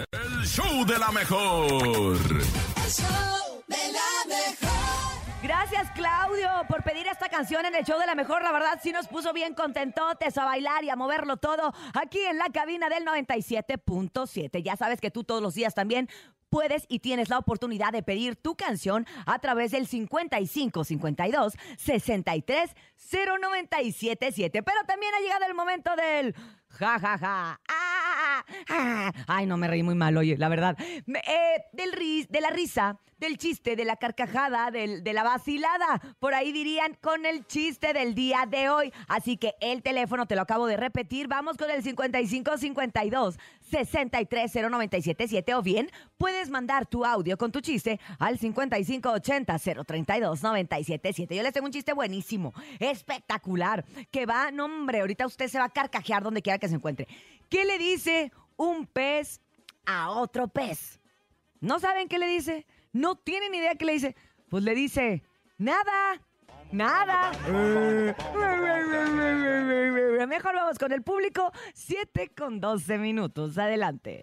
el show de la mejor. El show de la mejor. Gracias, Claudio, por pedir esta canción en el show de la mejor. La verdad, sí nos puso bien contentotes a bailar y a moverlo todo aquí en la cabina del 97.7. Ya sabes que tú todos los días también puedes y tienes la oportunidad de pedir tu canción a través del 5552 63 0977. Pero también ha llegado el momento del ja ja ja. Ah, ah. Ay, no me reí muy mal, oye, la verdad. Me- eh, del ris- de la risa, del chiste, de la carcajada, del- de la vacilada. Por ahí dirían con el chiste del día de hoy. Así que el teléfono te lo acabo de repetir. Vamos con el 5552 630977 o bien puedes mandar tu audio con tu chiste al 5580 032 977. Yo les tengo un chiste buenísimo, espectacular, que va, no hombre, ahorita usted se va a carcajear donde quiera que se encuentre. ¿Qué le dice un pez a otro pez? ¿No saben qué le dice? ¿No tienen idea qué le dice? Pues le dice, nada, nada. Mejor vamos con el público, 7 con 12 minutos, adelante.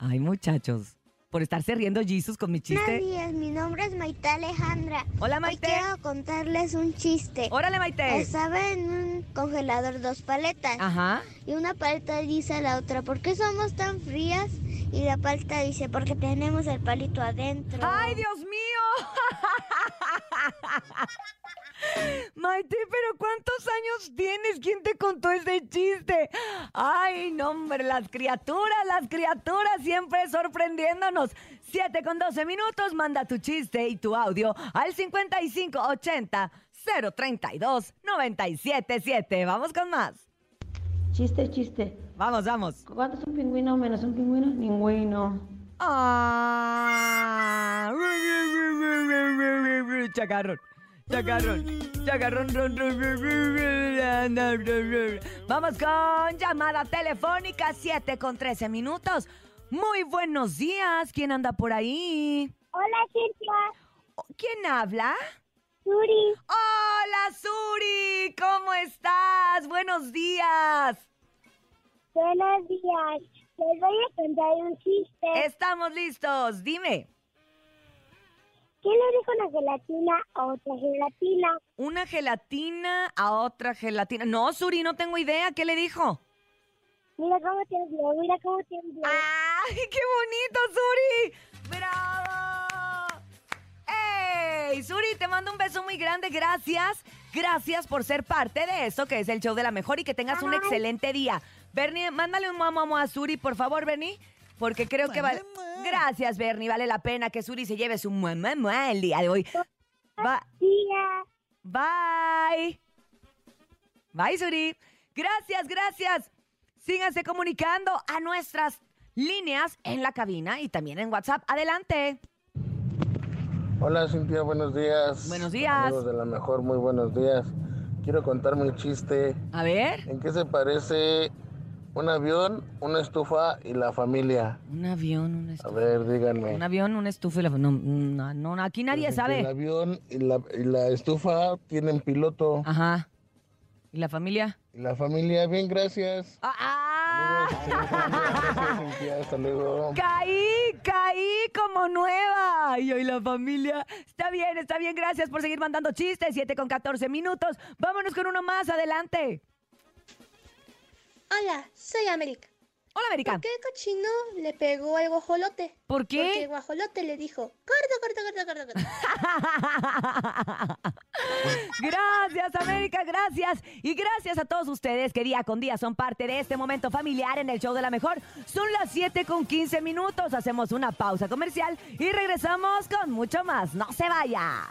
Ay, muchachos, por estarse riendo Jesus con mi Buenos chiste. días, mi nombre es Maite Alejandra. Hola, Hoy Maite. quiero contarles un chiste. Órale, Maite. Estaba en un congelador dos paletas Ajá. y una paleta dice a la otra, ¿por qué somos tan frías? Y la paleta dice, porque tenemos el palito adentro. ¡Ay, Dios mío! Maite, pero ¿cuántos años tienes? ¿Quién te contó ese chiste? Ay, no, hombre, las criaturas, las criaturas siempre sorprendiéndonos. 7 con 12 minutos, manda tu chiste y tu audio al 5580 032 977. Vamos con más. Chiste, chiste. Vamos, vamos. ¿Cuánto es un pingüino menos un pingüino? Ningüino. Ah. Chacarrón. Chacarrón. Chacarrón. ron, ron, ron, ron, ron, ron, ron. Vamos con llamada telefónica 7 con 13 minutos. Muy buenos días. ¿Quién anda por ahí? Hola, Cintia. Oh, ¿Quién habla? Suri. Hola, Suri. ¿Cómo estás? Buenos días. Buenos días. Les voy a contar un chiste. Estamos listos. Dime, ¿Quién le dijo una gelatina a otra gelatina? una gelatina a otra gelatina. No, Suri, no tengo idea. ¿Qué le dijo? Mira cómo tiembla, mira cómo tiembla. ¡Ay, qué bonito, Suri! ¡Bravo! ¡Ey! Suri, te mando un beso muy grande. Gracias. Gracias por ser parte de esto que es el show de la mejor y que tengas un Ay. excelente día. Bernie, mándale un mamamo a Suri, por favor, Bernie, porque creo que vale. Gracias, Bernie. Vale la pena que Suri se lleve su mamamo el día de hoy. Va. Tía. Bye. Bye, Suri. Gracias, gracias. Síganse comunicando a nuestras líneas en la cabina y también en WhatsApp. Adelante. Hola Cintia, buenos días. Buenos días. Amigos de la mejor, muy buenos días. Quiero contarme un chiste. A ver. ¿En qué se parece un avión, una estufa y la familia? Un avión, una A estufa. ver, díganme. Un avión, una estufa. y la- No, no, no, aquí nadie Dicen que El sabe. avión y la, y la estufa tienen piloto. Ajá. ¿Y la familia? Y la familia, bien, gracias. ¡Ah! ah. Gracias, Cintia, hasta luego. Caí, caí como nueva. Y hoy la familia. Está bien, está bien. Gracias por seguir mandando chistes. 7 con 14 minutos. Vámonos con uno más. Adelante. Hola, soy América. Hola, América. ¿Por qué el cochino le pegó al guajolote? ¿Por Porque el qué? guajolote le dijo, corta, corta, corta, corta, corta. Gracias, América, gracias. Y gracias a todos ustedes que día con día son parte de este momento familiar en el show de la mejor. Son las 7 con 15 minutos. Hacemos una pausa comercial y regresamos con mucho más. No se vaya.